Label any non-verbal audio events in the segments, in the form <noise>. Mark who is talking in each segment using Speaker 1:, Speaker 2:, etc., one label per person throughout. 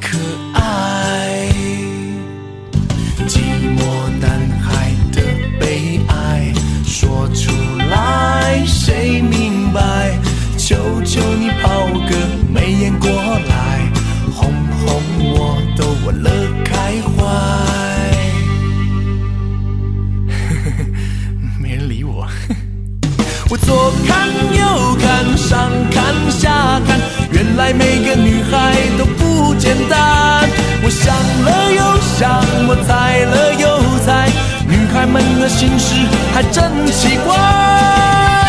Speaker 1: 可爱。寂寞男孩的悲哀，说出来谁明白？求求你抛个媚眼过来，哄哄我，逗我乐开怀。 <laughs> 没人理我。我左看右看，上看下看，原来每个女孩都不简单。我想了又想，我猜了又猜，女孩们的心事还真奇怪。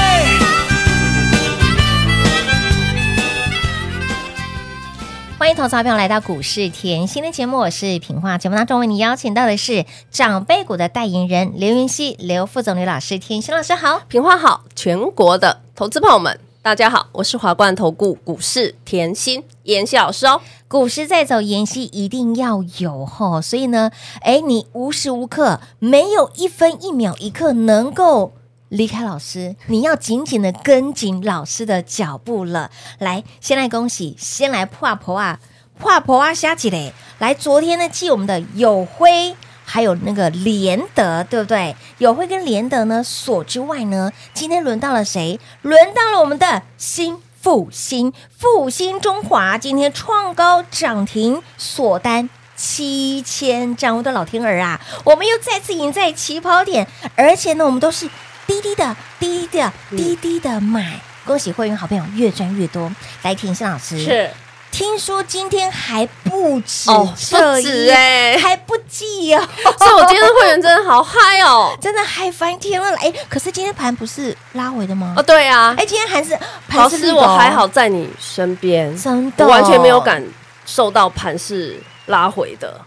Speaker 2: 欢迎投资好朋友来到股市甜心的节目，我是平化。节目当中为你邀请到的是长辈股的代言人刘云熙、刘副总、刘老师，甜心老师好。
Speaker 3: 平花好，全国的投资朋友们，大家好，我是华冠投顾股市甜心妍希老师哦。
Speaker 2: 股市在走，妍希一定要有吼，所以呢，哎，你无时无刻没有一分一秒一刻能够离开老师，你要紧紧的跟紧老师的脚步了。来，先来恭喜，先来破婆啊，破婆啊，虾起嘞！来，昨天呢，记我们的友辉。还有那个联德，对不对？友辉跟联德呢，所之外呢，今天轮到了谁？轮到了我们的新复兴，复兴中华今天创高涨停，锁单。七千张，我的老天儿啊！我们又再次赢在起跑点，而且呢，我们都是滴滴的、滴滴的、滴滴的买。恭喜会员好朋友越赚越多。来，田心老师，听说今天还不止
Speaker 3: 哦
Speaker 2: 这
Speaker 3: 不止
Speaker 2: 一
Speaker 3: 欸
Speaker 2: 还不计哦。！
Speaker 3: 所以我今天的会员真的好嗨哦
Speaker 2: 真的嗨翻天了！哎，可是今天盘不是拉回的吗
Speaker 3: 哦，？对啊，
Speaker 2: 哎，今天还是
Speaker 3: 老
Speaker 2: 盘是
Speaker 3: 师
Speaker 2: 绿的哦
Speaker 3: 我还好，在你身边，
Speaker 2: 真的
Speaker 3: 我完全没有感受到盘势拉回
Speaker 2: <laughs>
Speaker 3: 的。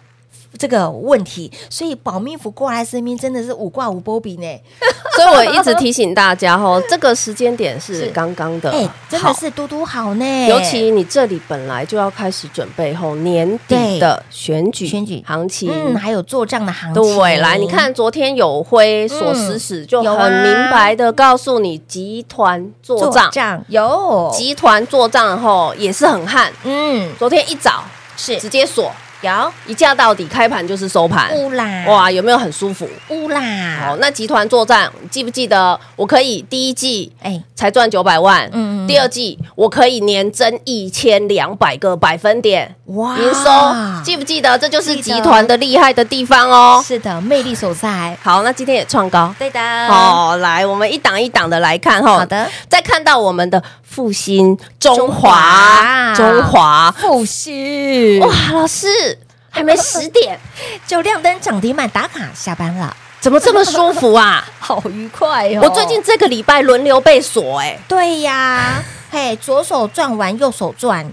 Speaker 2: 这个问题，所以保命符过来身边真的是五挂五波比呢。
Speaker 3: 所以我一直提醒大家哦，这个时间点
Speaker 2: 是
Speaker 3: 是刚刚的，
Speaker 2: 哎，真的是嘟嘟好呢，
Speaker 3: 呃尤其你这里本来就要开始准备后年底的选举
Speaker 2: 选举
Speaker 3: 行情，
Speaker 2: 嗯，还有做账的行情，
Speaker 3: 对，来，你看昨天友辉所指使就
Speaker 2: 嗯有
Speaker 3: 很
Speaker 2: 啊
Speaker 3: 明白的告诉你，集团做账，
Speaker 2: 有，
Speaker 3: 集团做账后也是很悍。
Speaker 2: 嗯
Speaker 3: 昨天一早
Speaker 2: 是
Speaker 3: 直接锁，
Speaker 2: 有嗯
Speaker 3: 一价到底，开盘就是收盘，
Speaker 2: 乌啦
Speaker 3: 哇，有没有很舒服？
Speaker 2: 乌啦
Speaker 3: 好，，那集团作战，你记不记得？我可以第一季
Speaker 2: 哎
Speaker 3: 才赚九百万，
Speaker 2: 嗯嗯
Speaker 3: 第二季我可以年增一千两百个百分点
Speaker 2: 哇
Speaker 3: 营收，记不记得？这就是
Speaker 2: 记得
Speaker 3: 集团的厉害的地方哦。
Speaker 2: 是的，魅力所在，
Speaker 3: 好，那今天也创高，
Speaker 2: 对的，
Speaker 3: 哦，来，我们一档一档的来看哈。
Speaker 2: 好的，
Speaker 3: 再看到我们的复兴中
Speaker 2: 中华
Speaker 3: 华，嗯中华，
Speaker 2: 复兴哇
Speaker 3: 哇，，老师还没十点，
Speaker 2: 就亮灯涨停板打卡下班了，
Speaker 3: <laughs> 怎么这么舒服啊？ <laughs>
Speaker 2: 好愉快哦
Speaker 3: 我最近这个礼拜轮流被锁，哎，
Speaker 2: 对呀，嘿，左手转完右手转，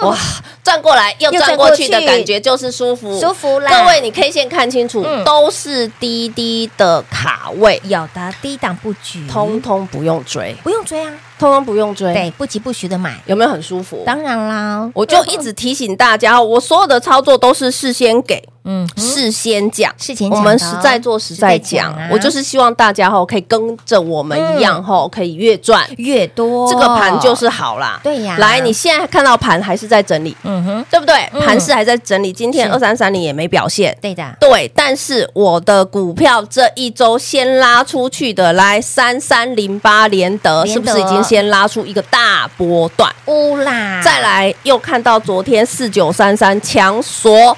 Speaker 2: 哦
Speaker 3: 哇，转过来又
Speaker 2: 又转
Speaker 3: 转
Speaker 2: 过
Speaker 3: 过去的
Speaker 2: 去
Speaker 3: 感觉就是舒服，
Speaker 2: 舒服啦
Speaker 3: 各位，你 K 线看清楚
Speaker 2: 嗯，
Speaker 3: 都是滴滴的卡位，
Speaker 2: 有的低档布局，
Speaker 3: 通通不用追，
Speaker 2: 不用追啊，
Speaker 3: 嗯通通不用追，
Speaker 2: 对，不急不徐的买，
Speaker 3: 有没有很舒服？
Speaker 2: 当然啦，
Speaker 3: 我就一直提醒大家，我所有的操作都是事先给。
Speaker 2: 嗯，
Speaker 3: 事先讲，
Speaker 2: 事前讲的
Speaker 3: 我
Speaker 2: 哦
Speaker 3: 们实在做实在
Speaker 2: 实在讲
Speaker 3: 讲
Speaker 2: 啊，
Speaker 3: 我就是希望大家吼可以跟着我们一样
Speaker 2: 嗯
Speaker 3: 吼，可以越赚，
Speaker 2: 越多
Speaker 3: 这个盘就是好啦。
Speaker 2: 对呀
Speaker 3: 来，你现在看到盘还是在整理，
Speaker 2: 嗯哼，
Speaker 3: 对不对？
Speaker 2: 嗯
Speaker 3: 盘势还在整理，今天
Speaker 2: 是
Speaker 3: 二三三零也没表现。
Speaker 2: 对的，
Speaker 3: 对，但是我的股票这一周先拉出去的，来三三零八联德
Speaker 2: 联
Speaker 3: 是
Speaker 2: 德
Speaker 3: 不是已经先拉出一个大波段？
Speaker 2: 乌啦，
Speaker 3: 再来又看到昨天四九三三强锁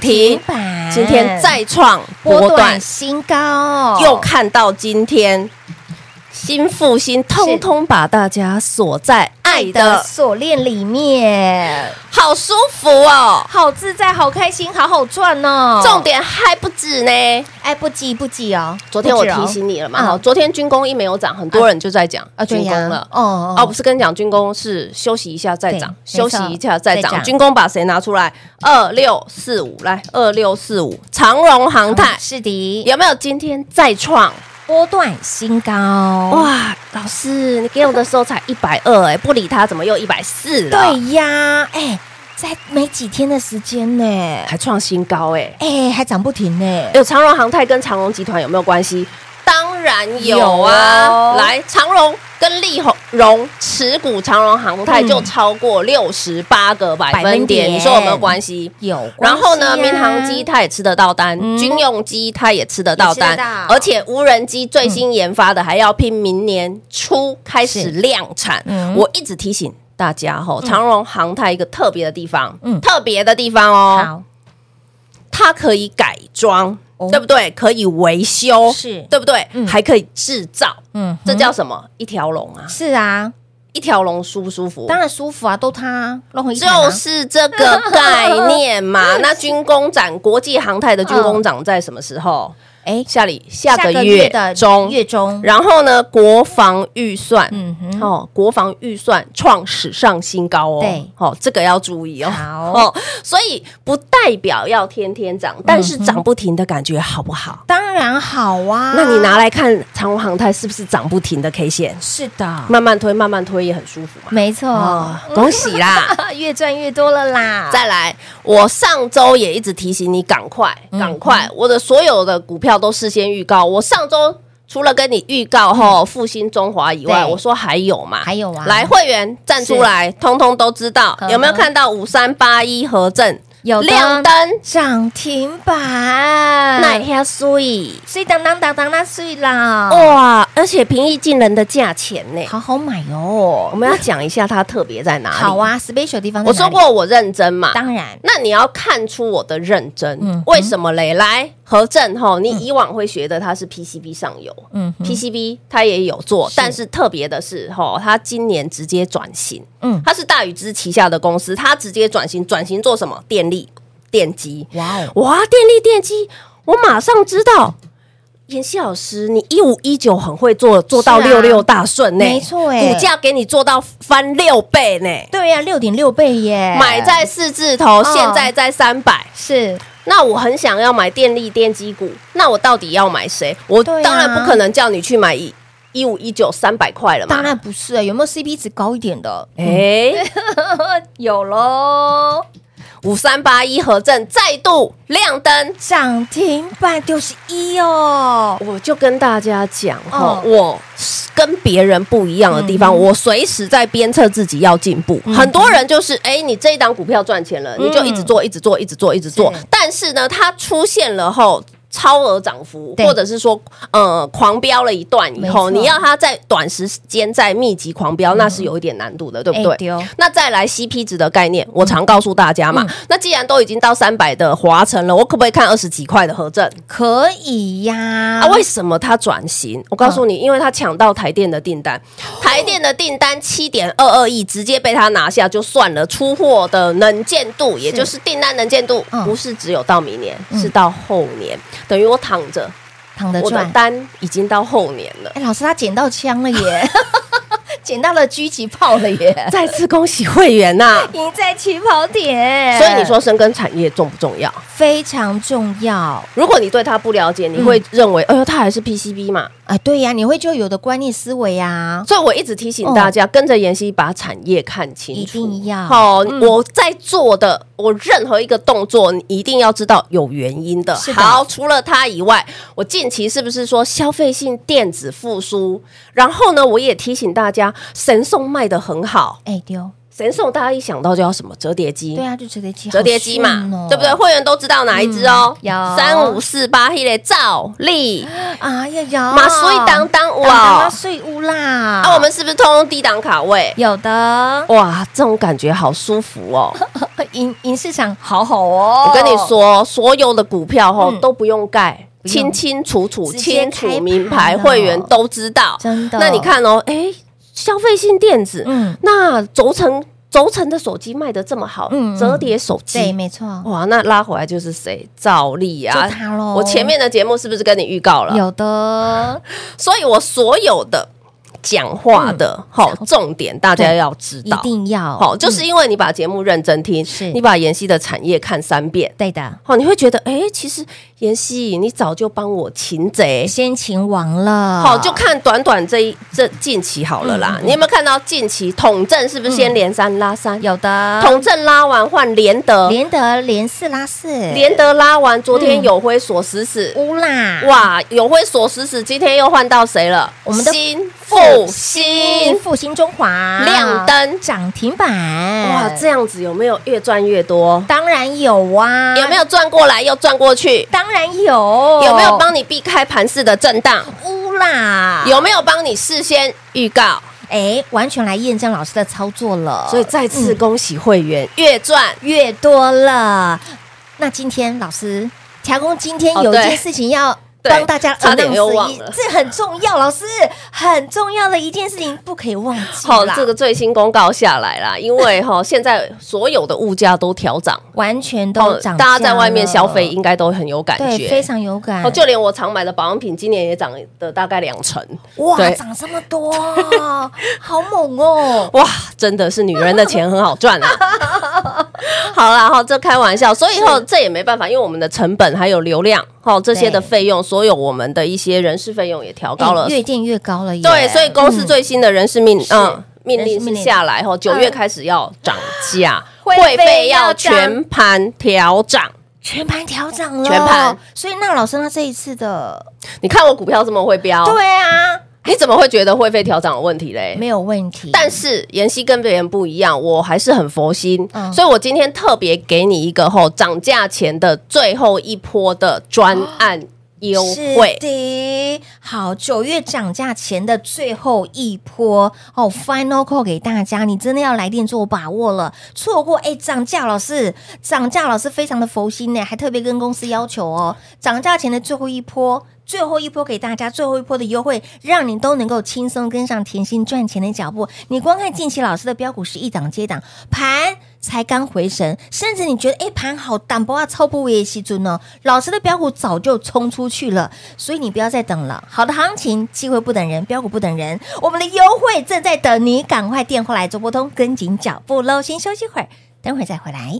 Speaker 2: 涨
Speaker 3: 停
Speaker 2: 停板，盘，
Speaker 3: 今天再创波
Speaker 2: 波
Speaker 3: 段
Speaker 2: 段，新高，
Speaker 3: 又看到今天新复兴，通通把大家锁在爱
Speaker 2: 爱的
Speaker 3: 的，
Speaker 2: 锁链里面，
Speaker 3: 好舒服哦。
Speaker 2: 好自在，好开心，好好赚哦。
Speaker 3: 重，点还不止呢。
Speaker 2: 哎，不急不急哦。
Speaker 3: 昨天我
Speaker 2: 不止哦
Speaker 3: 提醒你了嘛，
Speaker 2: 嗯
Speaker 3: 好，昨天军工一没有涨，很多人就在讲
Speaker 2: 啊，对
Speaker 3: 军工
Speaker 2: 呀
Speaker 3: 了，。
Speaker 2: 哦
Speaker 3: 哦，不是跟你讲军工是休息一下再涨，
Speaker 2: 对没
Speaker 3: 休
Speaker 2: 错
Speaker 3: 息一下再
Speaker 2: 再
Speaker 3: 涨。
Speaker 2: 涨
Speaker 3: 军工把谁拿出来？二六四五，来二六四五，长荣航太
Speaker 2: 是的，
Speaker 3: 有没有今天再创？
Speaker 2: 波段新高哇！
Speaker 3: 哇，老师，你给我的时候才一百二，哎，不理他怎么又一百四了？，
Speaker 2: 对呀，哎，才没几天的时间呢，
Speaker 3: 还创新高哎。
Speaker 2: 哎，还涨不停呢。
Speaker 3: 有长荣航太跟长荣集团有没有关系？当然有啊！
Speaker 2: 有哦
Speaker 3: 来，长荣跟立荣持股长荣航太
Speaker 2: 嗯
Speaker 3: 就超过六十八个百
Speaker 2: 百
Speaker 3: 分
Speaker 2: 分
Speaker 3: 点，
Speaker 2: 点
Speaker 3: 你说有没有关系？
Speaker 2: 有关系啊，
Speaker 3: 然后呢，民航机它也吃得到单，
Speaker 2: 嗯
Speaker 3: 军用机它也吃得到单
Speaker 2: 也吃得到，
Speaker 3: 而且无人机最新研发的还要拼明年初开始
Speaker 2: 是
Speaker 3: 量产。
Speaker 2: 嗯
Speaker 3: 我一直提醒大家吼，长荣航太一个特别的地方，
Speaker 2: 嗯
Speaker 3: 特别的地方哦，
Speaker 2: 好
Speaker 3: 它可以改装，
Speaker 2: 哦
Speaker 3: 对不对？可以维修，
Speaker 2: 是，
Speaker 3: 对不对？
Speaker 2: 嗯
Speaker 3: 还可以制造，
Speaker 2: 嗯哼
Speaker 3: 这叫什么？一条龙啊！
Speaker 2: 是啊，
Speaker 3: 一条龙舒不舒服？
Speaker 2: 当然舒服啊，都它弄回一盘啊
Speaker 3: 就是这个概念
Speaker 2: <laughs>
Speaker 3: 嘛。那军工展，国际航太的军工展在什么时候？
Speaker 2: 哎，
Speaker 3: 下里下个月
Speaker 2: 月的
Speaker 3: 中。
Speaker 2: 月中，
Speaker 3: 然后呢，国防预算，
Speaker 2: 嗯哼
Speaker 3: 哦，国防预算创史上新高哦，
Speaker 2: 对
Speaker 3: 哦，这个要注意哦，
Speaker 2: 好
Speaker 3: 哦，所以不代表要天天涨，
Speaker 2: 嗯
Speaker 3: 但是涨不停的感觉好不好？
Speaker 2: 当然好啊。
Speaker 3: 那你拿来看长荣航太是不是涨不停的 K 线？
Speaker 2: 是的，
Speaker 3: 慢慢推，慢慢推也很舒服嘛。
Speaker 2: 没错
Speaker 3: 哦，，恭喜啦！
Speaker 2: <laughs> 越赚越多了啦。
Speaker 3: 再来，我上周也一直提醒你，赶快，
Speaker 2: 嗯
Speaker 3: 赶快！我的所有的股票都事先预告。我上周除了跟你预告后复兴中华以外，
Speaker 2: 嗯对
Speaker 3: 我说还有嘛，
Speaker 2: 还有啊
Speaker 3: 来，会员站出来，通通都知道
Speaker 2: 呵。呵
Speaker 3: 有没有看到五三八一合正
Speaker 2: 有的嗯
Speaker 3: 亮灯？
Speaker 2: 涨停板，
Speaker 3: 那
Speaker 2: 那
Speaker 3: 下水
Speaker 2: 碎当当当当那碎啦，哦，
Speaker 3: 哇！而且平易近人的价钱呢，
Speaker 2: 好好买哦
Speaker 3: 我。们要讲一下它特别在哪里。
Speaker 2: 好，啊，special 地方在
Speaker 3: 我
Speaker 2: 哪
Speaker 3: 说
Speaker 2: 里，
Speaker 3: 过我认真嘛，
Speaker 2: 当然
Speaker 3: 那你要看出我的认真，
Speaker 2: 嗯
Speaker 3: 为什么嘞？来，何正吼，你以往会学的它是 PCB 上游，
Speaker 2: 嗯哼
Speaker 3: PCB 它也有做，
Speaker 2: 是
Speaker 3: 但是特别的是吼，它今年直接转型，
Speaker 2: 嗯，
Speaker 3: 它是大宇之旗下的公司，它直接转型，转型做什么？电力、电机，
Speaker 2: 哇哦，
Speaker 3: 哇，电力、电机，我马上知道。妍希老师，你一五一九很会做，做到
Speaker 2: 是啊
Speaker 3: 六六大顺呢、
Speaker 2: 没错欸
Speaker 3: 股价给你做到翻六倍呢、
Speaker 2: 对呀，六点六倍耶，
Speaker 3: 买在四字头，
Speaker 2: 嗯
Speaker 3: 现在在三百。
Speaker 2: 哎是
Speaker 3: 那我很想要买电力电机股，那我到底要买谁？我
Speaker 2: 对啊
Speaker 3: 当然不可能叫你去买一一五一九三百块了嘛。
Speaker 2: 当然不是啊，有没有 CP 值高一点的？
Speaker 3: 诶，哎，
Speaker 2: <laughs> 有喽，
Speaker 3: 五三八一合正再度亮灯，
Speaker 2: 涨停板六十一哦，
Speaker 3: 我就跟大家讲哈，
Speaker 2: 嗯
Speaker 3: 我跟别人不一样的地方，我随时在鞭策自己要进步。
Speaker 2: 嗯
Speaker 3: 很多人就是，哎、你这一档股票赚钱了，你就一直做，一直做，一直做，一直做
Speaker 2: 是。
Speaker 3: 但是呢，它出现了后。超额涨幅，
Speaker 2: 对
Speaker 3: 或者是说，呃，狂飙了一段以后，
Speaker 2: 没错嗯
Speaker 3: 你要它在短时间再密集狂飙，那是有一点难度的，对不
Speaker 2: 哎
Speaker 3: 对？
Speaker 2: 对哦
Speaker 3: 那再来 CP 值的概念，我常告诉大家嘛。
Speaker 2: 嗯
Speaker 3: 那既然都已经到三百的华晨了，我可不可以看二十几块的合正？
Speaker 2: 可以呀
Speaker 3: 啊，，为什么它转型？我告诉你，因为它抢到台电的订单，台电的订单七点二二亿，直接被它拿下就算了。出货的能见度，也就是嗯订单能见度，
Speaker 2: 嗯
Speaker 3: 不是只有到明年，是到后年。等于我躺着，
Speaker 2: 躺得
Speaker 3: 我的
Speaker 2: 赚。
Speaker 3: 单已经到后年了。
Speaker 2: 哎，老师他捡到枪了 <laughs> 耶，捡到了狙击炮了 <laughs> 耶，
Speaker 3: <laughs> 再次恭喜会员啊呐、
Speaker 2: 赢在起跑点。
Speaker 3: <laughs> 所以你说深耕产业重不重要？
Speaker 2: 非常重要
Speaker 3: 如果你对它不了解，你会认为，哎呦，它还是 PCB 嘛。
Speaker 2: 啊，对呀，你会就有的观念思维啊呀，
Speaker 3: 所以我一直提醒大家，跟着妍希把产业看清
Speaker 2: 哦一
Speaker 3: 楚。
Speaker 2: 定要嗯
Speaker 3: 好、我在做的，我任何一个动作，你一定要知道有原因的。
Speaker 2: 是的
Speaker 3: 好，除了它以外，我近期是不是说消费性电子复苏？然后呢，我也提醒大家，神送卖的很好，
Speaker 2: 哎丢，
Speaker 3: 神送大家一想到就要什么折叠机，
Speaker 2: 对啊，就折叠机，
Speaker 3: 折叠机
Speaker 2: 好顺
Speaker 3: 嘛
Speaker 2: 哦，
Speaker 3: 对不对？？会员都知道哪一只哦，
Speaker 2: 嗯有
Speaker 3: 三五四八系列照例，
Speaker 2: 啊呀呀，
Speaker 3: 马水当当
Speaker 2: 哇，
Speaker 3: 哇，
Speaker 2: 碎屋啦！
Speaker 3: 啊，我们是不是通通低档卡位？
Speaker 2: 有的
Speaker 3: 哇，这种感觉好舒服哦！
Speaker 2: 银银市场好好 <laughs> 哦，
Speaker 3: 我跟你，说，所有的股票吼
Speaker 2: 嗯
Speaker 3: 都不用盖，
Speaker 2: 不用
Speaker 3: 清清楚楚，
Speaker 2: 直接
Speaker 3: 清
Speaker 2: 开
Speaker 3: 楚明
Speaker 2: 盘
Speaker 3: 牌，
Speaker 2: 哦
Speaker 3: 会员都知道。
Speaker 2: 真的
Speaker 3: 那你看哦，哎，消费性电子，
Speaker 2: 嗯
Speaker 3: 那轴承轴承的手机卖的这么好
Speaker 2: 嗯嗯，
Speaker 3: 折叠手
Speaker 2: 对，
Speaker 3: 机。
Speaker 2: 没错，
Speaker 3: 哇，那拉回来就是谁？赵丽啊，
Speaker 2: 就它咯
Speaker 3: 我前面的节目是不是跟你预告了？
Speaker 2: 有的，
Speaker 3: 所以我所有的讲话的好、重点，大家要知
Speaker 2: 嗯一
Speaker 3: 道。
Speaker 2: 定要
Speaker 3: 好，就是
Speaker 2: 嗯
Speaker 3: 因为你把节目认真听，
Speaker 2: 是
Speaker 3: 你把妍希的产业看三遍，
Speaker 2: 对的，
Speaker 3: 好，你会觉得，哎，其实妍希，你早就帮我擒贼。
Speaker 2: 先秦王了，
Speaker 3: 好，就看短短这一这近期好了
Speaker 2: 嗯
Speaker 3: 啦。你有没有看到近期统正是不是先连三拉三？
Speaker 2: 有的，
Speaker 3: 统正拉完换连德，
Speaker 2: 连得连四拉四，
Speaker 3: 连德拉完，昨天
Speaker 2: 嗯
Speaker 3: 有辉所死死，
Speaker 2: 乌啦，
Speaker 3: 哇，有辉所死死，今天又换到谁了？
Speaker 2: 我们的啊
Speaker 3: 新复兴
Speaker 2: 复兴中华
Speaker 3: 亮灯
Speaker 2: 涨停板，
Speaker 3: 哇，
Speaker 2: 哇
Speaker 3: 这样子有没有越赚越多？
Speaker 2: 当然有啊，
Speaker 3: 有没？有赚过来又赚过去？
Speaker 2: 当然有，
Speaker 3: 有没有帮你避开盘市的震荡？
Speaker 2: 乌啦？
Speaker 3: 有没有帮你事先预告？
Speaker 2: 哎，完全来验证老师的操作了，
Speaker 3: 所以再次恭喜会员越赚
Speaker 2: 越多了。那今天老师，调工今天
Speaker 3: 哦
Speaker 2: 有一
Speaker 3: 对
Speaker 2: 件事情要。
Speaker 3: 对
Speaker 2: 帮大家
Speaker 3: 差点
Speaker 2: announce
Speaker 3: 又忘
Speaker 2: 一
Speaker 3: 了
Speaker 2: 这很重要，老师很重要的一件事情，不可以忘记
Speaker 3: 好，
Speaker 2: 啦
Speaker 3: 这个最新公告下来啦，
Speaker 2: <laughs>
Speaker 3: 因为哈现在所有的物价都调涨，
Speaker 2: 完全
Speaker 3: 哦
Speaker 2: 都涨价了，
Speaker 3: 大家在外面消费应该都很有感
Speaker 2: 对
Speaker 3: 觉，
Speaker 2: 非。常有感
Speaker 3: 哦，，就连我常买的保养品，今年也涨的大概两成，
Speaker 2: 哇，
Speaker 3: 对
Speaker 2: 涨这么
Speaker 3: <laughs>
Speaker 2: 多，好猛哦！
Speaker 3: 哇，真的是女人的钱很好赚啊！ <laughs> 好啦，哈，这开玩笑，所以哈，这也没办法，因为我们的成本还有流量，哈，这些的
Speaker 2: 对
Speaker 3: 费用，所有我们的一些人事费用也调高了
Speaker 2: 哎，越垫越高了耶，嗯
Speaker 3: 对，所以公司最新的人事命
Speaker 2: 是
Speaker 3: 嗯命
Speaker 2: 人
Speaker 3: 令
Speaker 2: 事命
Speaker 3: 是
Speaker 2: 令
Speaker 3: 下来后，九月开始要涨价，
Speaker 2: 会费
Speaker 3: <laughs> 会费
Speaker 2: 要
Speaker 3: 要
Speaker 2: 涨
Speaker 3: 全盘调涨。
Speaker 2: 全盘调涨了，
Speaker 3: 全盘。
Speaker 2: 所以那老师，那这一次的，
Speaker 3: 你看我股票这么会飙，
Speaker 2: 对啊，
Speaker 3: 你怎么会觉得会费调涨有问题嘞？
Speaker 2: 没有问题，
Speaker 3: 但是妍希跟别人不一样，我还是很佛心，
Speaker 2: 嗯
Speaker 3: 所以我今天特别给你一个后涨价前的最后一波的专案优惠
Speaker 2: 是。的，好，九月涨价前的最后一波哦，final call 给大家，你真的要来电做把握了，错过哎涨价老师，涨价老师非常的佛心呢，还特别跟公司要求哦，涨价前的最后一波。最后一波给大家，最后一波的优惠，让你都能够轻松跟上甜心赚钱的脚步。你光看近期老师的标股是一档接档，盘才刚回神，甚至你觉得哎盘好淡薄啊，超不为西尊哦，老师的标股早就冲出去了，所以你不要再等了。好的行情，机会不等人，标股不等人，我们的优惠正在等你，赶快电话来做拨通，跟紧脚步喽。先休息会儿，等会儿再回来。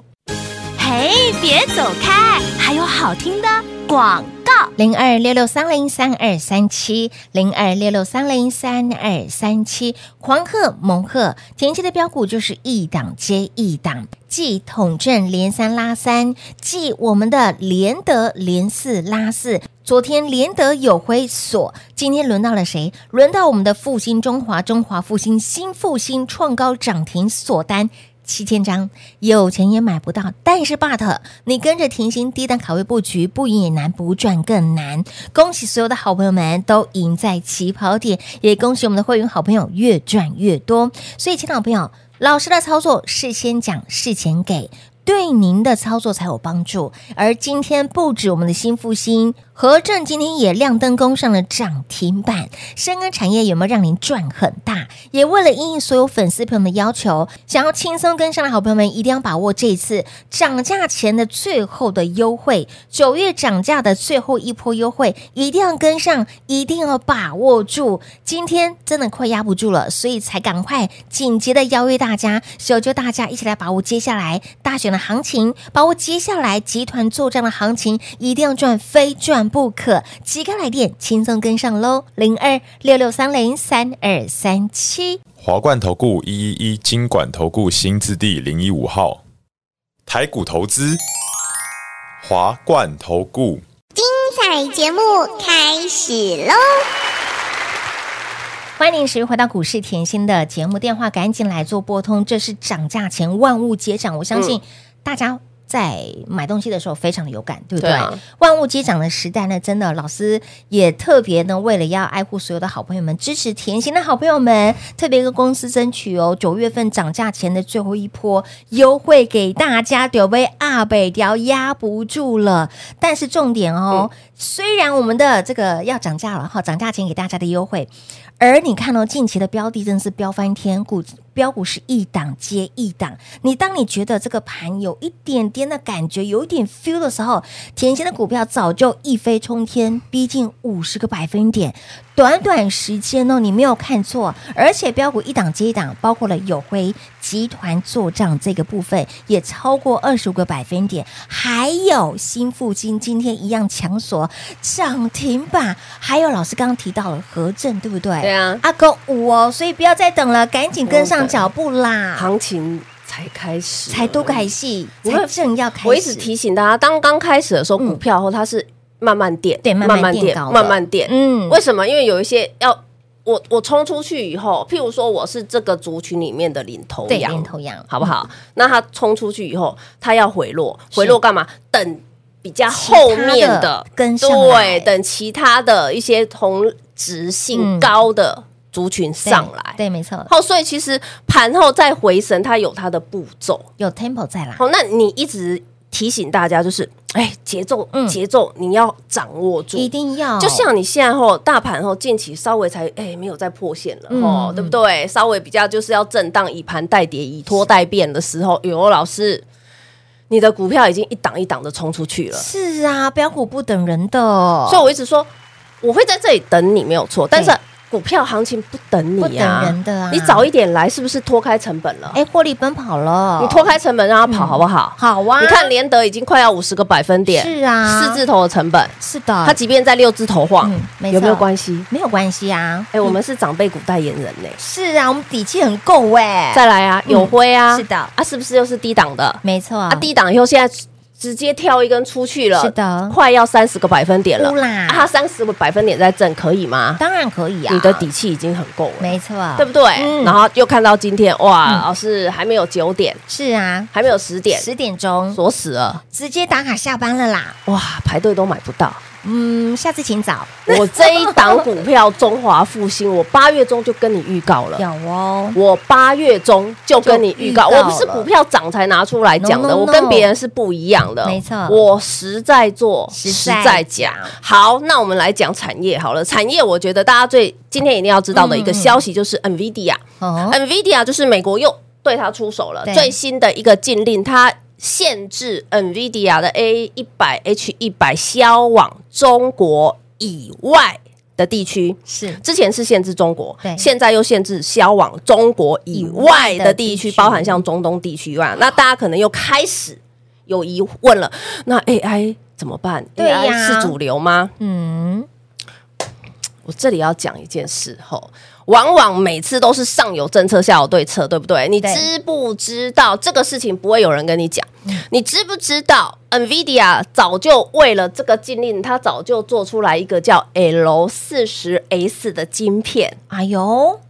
Speaker 4: 嘿，别走开，还有好听的广告。
Speaker 2: 零二六六三零三二三七，零二六六三零三二三七，狂贺猛贺，前期的标股就是一档接一档，继统正连三拉三，继我们的联德连四拉四。昨天联德有回锁，今天轮到了谁？轮到我们的复兴中华、中华复兴、新复兴创高涨停锁单。七千张，有钱也买不到。但是，but 你跟着甜心低档卡位布局，不赢也难，不赚更难。恭喜所有的好朋友们都赢在起跑点，也恭喜我们的会员好朋友越赚越多。所以，亲爱的朋友，老师的操作事先讲，事前给。对您的操作才有帮助。而今天不止我们的新复兴，和正今天也亮灯攻上了涨停板。深耕产业有没有让您赚很大？也为了应应所有粉丝朋友们的要求，想要轻松跟上的好朋友们，一定要把握这一次涨价前的最后的优惠，九月涨价的最后一波优惠，一定要跟上，一定要把握住。今天真的快压不住了，所以才赶快紧急的邀约大家，小揪大家一起来把握接下来大选的行情，把握接下来集团作战的行情，一定要赚，非赚不可。即刻来电，轻松跟上喽，零二六六三零三二三七。
Speaker 5: 华冠投顾一一一金管投顾新字第零一五号，台股投资，华冠投顾。
Speaker 6: 彩节目开始喽！
Speaker 2: 欢迎您持续回到股市甜心的节目，电话赶紧来做拨通，这是涨价前万物皆涨，我相信大家。在买东西的时候非常有感，对不对？
Speaker 3: 对啊
Speaker 2: 万物皆涨的时代呢，真的老师也特别呢，为了要爱护所有的好朋友们，支持甜心的好朋友们，特别跟公司争取哦，九月份涨价前的最后一波优惠给大家，丢杯二北条啊压不住了。但是重点哦，虽然我们的这个要涨价了哈，涨价前给大家的优惠，而你看哦，近期的标的真是飙翻天，股标股是一档接一档。你当你觉得这个盘有一点点的感觉，有一点 feel 的时候，甜心的股票早就一飞冲天，逼近五十个百分点。短短时间哦，你没有看错，而且标股一档接一档，包括了友辉集团做账这个部分也超过二十五个百分点，还有新富金今天一样强锁涨停板，还有老师刚刚提到了和正，对不对？
Speaker 3: 对啊
Speaker 2: 阿公五哦，所以不要再等了，赶紧跟上脚步啦！
Speaker 3: 行情才开始，
Speaker 2: 才都开嗯戏，
Speaker 3: 你
Speaker 2: 才
Speaker 3: 会
Speaker 2: 正要开始。
Speaker 3: 我一直提醒大家，当刚开始的时候，
Speaker 2: 嗯
Speaker 3: 股票后它是慢慢垫，
Speaker 2: 对慢慢垫
Speaker 3: 垫，
Speaker 2: 高的
Speaker 3: 慢慢垫。
Speaker 2: 嗯
Speaker 3: 为什么？因为有一些要我我冲出去以后，譬如说我是这个族群里面的领头
Speaker 2: 对
Speaker 3: 羊，
Speaker 2: 领头羊
Speaker 3: 好不好？那它冲出去以后，它要回落，回落干嘛？等比较后面
Speaker 2: 其他的
Speaker 3: 的
Speaker 2: 跟上来
Speaker 3: 对，等其他的一些同质性
Speaker 2: 嗯
Speaker 3: 高的族群
Speaker 2: 对
Speaker 3: 上来。
Speaker 2: 对，没错，
Speaker 3: 好，所以其实盘后再回神，它有它的步骤。
Speaker 2: 有 tempo 在啦。
Speaker 3: 好，那你一直提醒大家，就是哎，节奏
Speaker 2: 嗯，
Speaker 3: 节奏你要掌握住，
Speaker 2: 一定要，
Speaker 3: 就像你现在吼，大盘吼近期稍微才哎没有再破线了
Speaker 2: 嗯
Speaker 3: 吼，对不对？稍微比较就是要震荡，以盘代跌，以拖代变的时候，有老师，你的股票已经一档一档的冲出去了，
Speaker 2: 是啊，标股不等人的，
Speaker 3: 所以我一直说我会在这里等你没有错，但是
Speaker 2: 对
Speaker 3: 股票行情不等
Speaker 2: 不
Speaker 3: 你
Speaker 2: 等
Speaker 3: 啊，
Speaker 2: 人的啊
Speaker 3: 你早一点来是不是脱开成本了？
Speaker 2: 哎，获利奔跑了，
Speaker 3: 你脱开成本让它跑好不好？
Speaker 2: 好啊，
Speaker 3: 你看联德已经快要五十个百分点，
Speaker 2: 是啊
Speaker 3: 四字头的成本，
Speaker 2: 是的，
Speaker 3: 它即便在六字头晃
Speaker 2: 嗯，没
Speaker 3: 有没有
Speaker 2: 错
Speaker 3: 关系？
Speaker 2: 没有关系啊，
Speaker 3: 哎，我们是长辈股代言人呢。
Speaker 2: 是啊，我们底气很够哎，
Speaker 3: 再来啊，有辉啊，
Speaker 2: 是的
Speaker 3: 啊，是不是又是低档的？
Speaker 2: 没错
Speaker 3: 啊，低档以后现在直接跳一根出去了，
Speaker 2: 是的
Speaker 3: 快要三十个百分点了
Speaker 2: 呼啦
Speaker 3: 啊，它三十个百分点在挣，可以吗？
Speaker 2: 当然可以啊，
Speaker 3: 你的底气已经很够了，
Speaker 2: 没错，
Speaker 3: 对不对
Speaker 2: 嗯？
Speaker 3: 然后又看到今天，哇，老师还没有九点，
Speaker 2: 是啊，
Speaker 3: 还没有十点，
Speaker 2: 十点钟
Speaker 3: 锁死了，
Speaker 2: 直接打卡下班了啦，
Speaker 3: 哇，排队都买不
Speaker 2: <laughs>
Speaker 3: 到。
Speaker 2: 嗯，下次请早，
Speaker 3: 我这一档股票中华复兴，我八月中就跟你预告了。
Speaker 2: 有哦，
Speaker 3: 我八月中就跟你预
Speaker 2: 就预告
Speaker 3: 告，
Speaker 2: 了
Speaker 3: 我不是股票涨才拿出来讲
Speaker 2: No,
Speaker 3: 的，
Speaker 2: no,
Speaker 3: 我
Speaker 2: no
Speaker 3: 跟别人是不一样的。
Speaker 2: 没错
Speaker 3: 我实在做，
Speaker 2: 实
Speaker 3: 实
Speaker 2: 在
Speaker 3: 在讲。好，那我们来讲产业好了。产业，我觉得大家最今天一定要知道的一
Speaker 2: 嗯
Speaker 3: 个
Speaker 2: 嗯
Speaker 3: 消息就是 NVIDIA，NVIDIA、呃
Speaker 2: 哦，
Speaker 3: NVIDIA 就是美国又对它出手了
Speaker 2: 对，
Speaker 3: 最新的一个禁令，它限制 NVIDIA 的 A 一百 H 一百销往中国以外的地区。
Speaker 2: 是
Speaker 3: 之前是限制中国
Speaker 2: 对，
Speaker 3: 现在又限制销往中国以外
Speaker 2: 以
Speaker 3: 的地
Speaker 2: 外的地
Speaker 3: 区，
Speaker 2: 区
Speaker 3: 包含像中东地区以
Speaker 2: 嗯
Speaker 3: 外。那大家可能又开始有疑问了，那 AI 怎么办？
Speaker 2: 对呀
Speaker 3: AI 是主流吗？
Speaker 2: 嗯，
Speaker 3: 我这里要讲一件事吼，往往每次都是上有政策，下有对策，对不对？你
Speaker 2: 对
Speaker 3: 知不知道这个事情不会有人跟你讲？
Speaker 2: 嗯
Speaker 3: 你知不知道 NVIDIA 早就为了这个禁令，它早就做出来一个叫 L 四十 S 的晶片。
Speaker 2: 哎呦，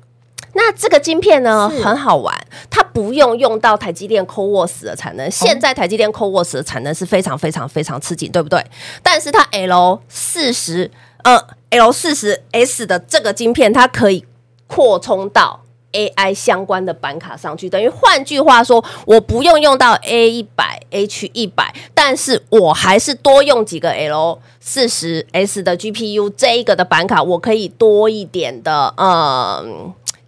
Speaker 3: 那这个晶片呢
Speaker 2: 是
Speaker 3: 很好玩，它不用用到台积电 CoWoS 的产能。现在台积电 CoWoS 的产能是非常非常非常吃紧，对不对？但是它 L 四十呃 L 四十 S 的这个晶片，它可以扩充到。AI 相关的板卡上去，等于换句话说，我不用用到 A 一百、H 一百，但是我还是多用几个 L 四十 S 的 GPU 这一个的板卡，我可以多一点的呃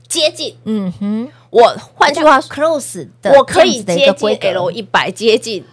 Speaker 3: 接近。
Speaker 2: 嗯哼，
Speaker 3: 我换句话说，
Speaker 2: close 的，
Speaker 3: 我可以
Speaker 2: 这样子的一
Speaker 3: 接
Speaker 2: 个
Speaker 3: 近
Speaker 2: 规格
Speaker 3: L E 一百，接近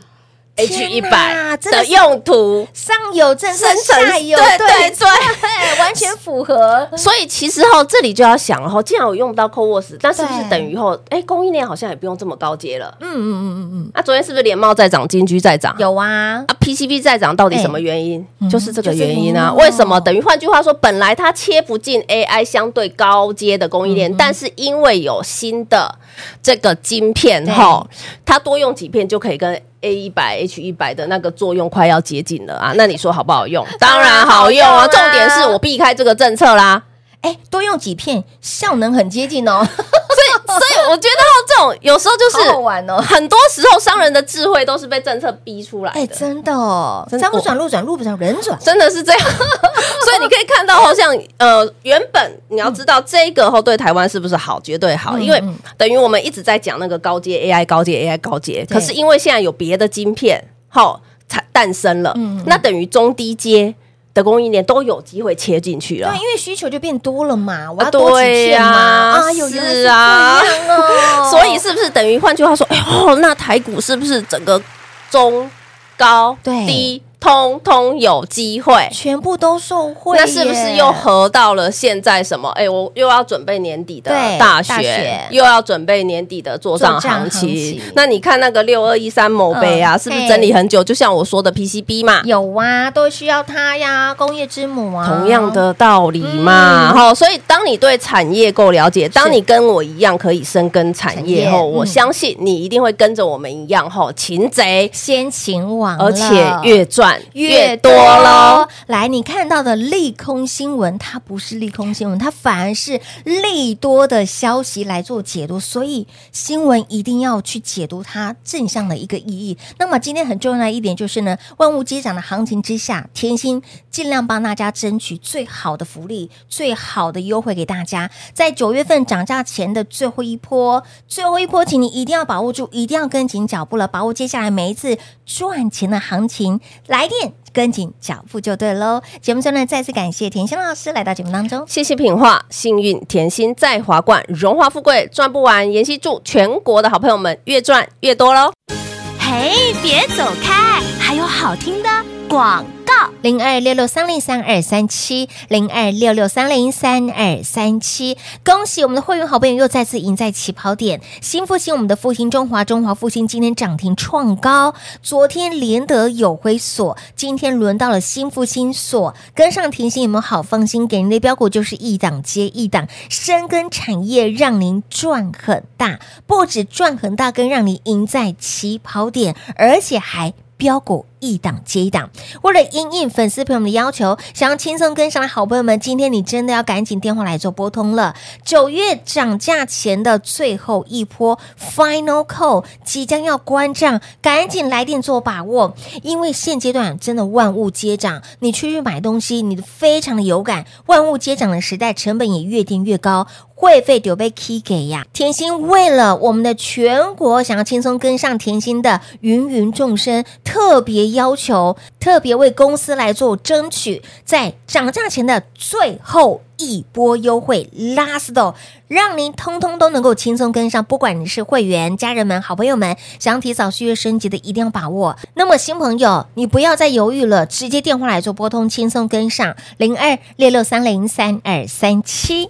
Speaker 3: H 一
Speaker 2: 天哪
Speaker 3: 百
Speaker 2: 真的
Speaker 3: 的
Speaker 2: 是
Speaker 3: 用途。
Speaker 2: 上有政策，
Speaker 3: 层
Speaker 2: 下有
Speaker 3: 对
Speaker 2: 对
Speaker 3: 对
Speaker 2: <laughs>
Speaker 3: 对，
Speaker 2: 对，完全符合。
Speaker 3: 所以其实哈，这里就要想了哈，既然我用不到 CoWoS，那是不是
Speaker 2: 对
Speaker 3: 等于后，哎，供应链好像也不用这么高阶了？
Speaker 2: 嗯嗯嗯嗯
Speaker 3: 那昨天是不是联茂在涨，金居在涨
Speaker 2: 嗯，？ <laughs> 有啊，
Speaker 3: 啊，PCB 在涨到底
Speaker 2: 哎
Speaker 3: 什么原因？
Speaker 2: 嗯
Speaker 3: 就是这个原
Speaker 2: 就这
Speaker 3: 因啊。
Speaker 2: 个原因哦
Speaker 3: 为什么？等于换句话说，本来它切不进 AI 相对高阶的供应
Speaker 2: 嗯
Speaker 3: 链，但是因为有新的这个晶片
Speaker 2: 对
Speaker 3: 哈，它多用几片就可以跟 A 一百 H 一百的那个作用快要 <laughs> 接近了啊。那你说好不好用？当然好用啊！
Speaker 2: 当然好用啊 <laughs>
Speaker 3: 重点是我避开这个政策啦。
Speaker 2: 哎，多用几片，效能很接近
Speaker 3: <laughs>
Speaker 2: 哦，
Speaker 3: 所以，所以我觉得这种有时候就
Speaker 2: 好好
Speaker 3: 是
Speaker 2: 玩哦。
Speaker 3: 很多时候商人的智慧都是被政策逼出来
Speaker 2: 哎，
Speaker 3: 的。
Speaker 2: 真的哦，
Speaker 3: 真的
Speaker 2: 山不转路转，路不转人转，
Speaker 3: 真的是这样， <laughs> 所以你可以看到，好像呃，原本你要知道这个后对台湾是不是好，绝对好，
Speaker 2: 嗯
Speaker 3: 因为
Speaker 2: 嗯
Speaker 3: 等于我们一直在讲那个高阶 AI、高阶 AI、高阶，
Speaker 2: 对
Speaker 3: 可是因为现在有别的晶片好产诞生了
Speaker 2: 嗯嗯，
Speaker 3: 那等于中低阶的供应链都有机会切进去了
Speaker 2: 对，。因为需求就变多了嘛，我要
Speaker 3: 啊
Speaker 2: 多几
Speaker 3: 对
Speaker 2: 片嘛，
Speaker 3: 呀
Speaker 2: 啊，有原来
Speaker 3: 是啊
Speaker 2: 这样哦
Speaker 3: <laughs> 所以是不是等于换句话说，哎呦，那台股是不是整个中高
Speaker 2: 对
Speaker 3: 低通通有机会？
Speaker 2: 全部都受惠耶，
Speaker 3: 那是不是又合到了现在什么？哎、我又要准备年底的
Speaker 2: 对
Speaker 3: 大学，
Speaker 2: 大学
Speaker 3: 又要准备年底的做账行
Speaker 2: 做账行
Speaker 3: 情
Speaker 2: 情。
Speaker 3: 那你看那个六二一三某杯啊，
Speaker 2: 嗯
Speaker 3: 是不是
Speaker 2: 嘿
Speaker 3: 整理很久？就像我说的 PCB 嘛，
Speaker 2: 有啊，都需要它呀，工业之母啊，嗯
Speaker 3: 同样的道理嘛，哈、所以当你对产业够了解，当你跟我一样可以深耕产业
Speaker 2: 产业
Speaker 3: 后，
Speaker 2: 嗯
Speaker 3: 我相信你一定会跟着我们一样，哈，擒贼，
Speaker 2: 先秦王了，
Speaker 3: 而且越赚
Speaker 2: 越
Speaker 3: 越
Speaker 2: 多
Speaker 3: 多喽
Speaker 2: 喽。。来，你看到的利空新闻，它不是利空新闻，它反而是利多的消息来做解读，所以新闻一定要去解读它正向的一个意义。那么今天很重要的一点就是呢，万物皆涨的行情之下，甜心尽量帮大家争取最好的福利、最好的优惠给大家。在九月份涨价前的最后一波，最后一波，请你一定要把握住，一定要跟紧脚步了，把握接下来每一次赚钱的行情，来电跟紧脚步就对喽。节目最后呢，再次感谢甜心老师来到节目当中。
Speaker 3: 谢谢品画，幸运甜心在华冠，荣华富贵赚不完。妍希祝全国的好朋友们越赚越多喽！
Speaker 4: 嘿，别走开，还有好听的广告。
Speaker 2: 零二六六三零三二三七，零二六六三零三二三七。恭喜我们的会员好朋友又再次赢在起跑点。新复兴，我们的复兴中华，中华复兴今天涨停创高，昨天联德有回锁，今天轮到了新复兴锁，跟上甜心有没有好放心？给您的标股就是一档接一档，深耕产业让您赚很大，不止赚很大，更让你赢在起跑点，而且还。标股一档接一档，为了因应粉丝朋友们的要求，想要轻松跟上的好朋友们，今天你真的要赶紧电话来做拨通了。九月涨价前的最后一波 final call 即将要关账，赶紧来电做把握，因为现阶段真的万物皆涨，你出去买东西，你非常的有感。万物皆涨的时代，成本也越定越高，会费就被 key 给呀。甜心为了我们的全国想要轻松跟上甜心的芸芸众生，特别要求，特别为公司来做争取，在涨价前的最后一波优惠，last 让您通通都能够轻松跟上。不管你是会员、家人们、好朋友们，想要提早续约升级的，一定要把握。那么新朋友，你不要再犹豫了，直接电话来做拨通，轻松跟上零二六六三零三二三七。